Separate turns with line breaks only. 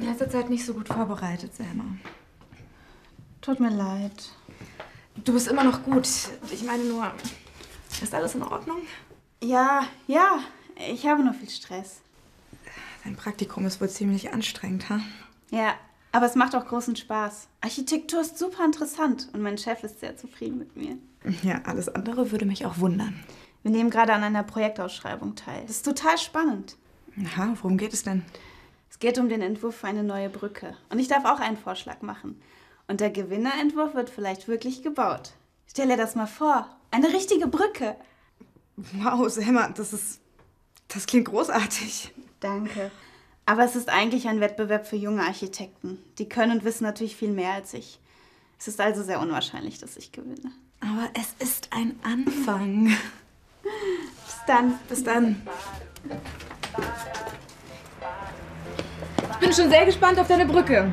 letzter Zeit nicht so gut vorbereitet, Selma.
Tut mir leid.
Du bist immer noch gut. Ich meine nur, ist alles in Ordnung?
Ja, ja, ich habe nur viel Stress.
Dein Praktikum ist wohl ziemlich anstrengend, ha?
Ja, aber es macht auch großen Spaß. Architektur ist super interessant und mein Chef ist sehr zufrieden mit mir.
Ja, alles andere würde mich auch wundern.
Wir nehmen gerade an einer Projektausschreibung teil. Das ist total spannend.
Aha, worum geht es denn?
Es geht um den Entwurf für eine neue Brücke. Und ich darf auch einen Vorschlag machen. Und der Gewinnerentwurf wird vielleicht wirklich gebaut. Stell dir das mal vor. Eine richtige Brücke.
Wow, Selma, das ist. Das klingt großartig.
Danke. Aber es ist eigentlich ein Wettbewerb für junge Architekten. Die können und wissen natürlich viel mehr als ich. Es ist also sehr unwahrscheinlich, dass ich gewinne.
Aber es ist ein Anfang.
Bis dann.
Bis dann.
Ich bin schon sehr gespannt auf deine Brücke.